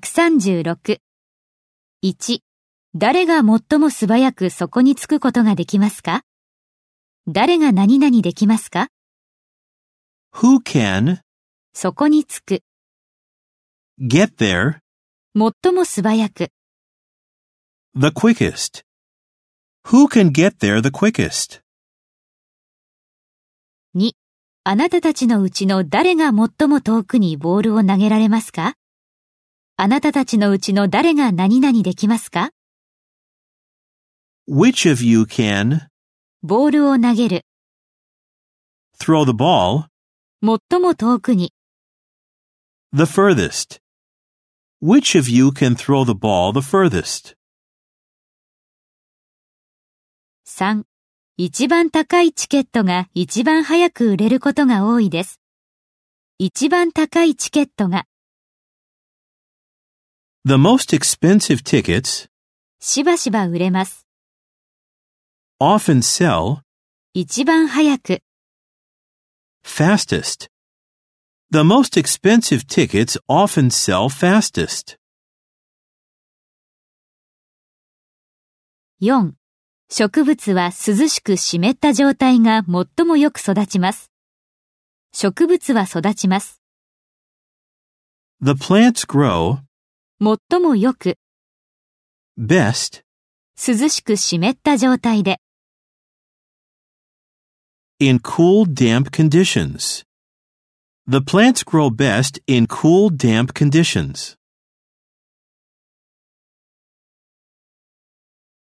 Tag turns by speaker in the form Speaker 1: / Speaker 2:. Speaker 1: 136。1. 誰が最も素早くそこに着くことができますか誰が何々できますか
Speaker 2: Who can
Speaker 1: そこに着く。
Speaker 2: get there
Speaker 1: 最も素早く。
Speaker 2: the quickest? Who can get there the quickest?
Speaker 1: 2. あなたたちのうちの誰が最も遠くにボールを投げられますかあなたたちのうちの誰が何々できますか
Speaker 2: Which of you can
Speaker 1: ボールを投げる。
Speaker 2: throw the ball
Speaker 1: 最も遠くに。
Speaker 2: the furthest? Which of you can throw the ball the furthest?
Speaker 1: 3. 一番高いチケットが一番早く売れることが多いです。一番高いチケットが
Speaker 2: The most expensive tickets
Speaker 1: しばしば売れます。
Speaker 2: often sell
Speaker 1: 一番早く
Speaker 2: fastest. The most expensive tickets often sell fastest.
Speaker 1: 4. 植物は涼しく湿った状態が最もよく育ちます。植物は育ちます。
Speaker 2: The plants grow
Speaker 1: 最もよく
Speaker 2: best
Speaker 1: 涼しく湿った状態で
Speaker 2: in cool, damp conditions. The plants grow best in cool, damp conditions.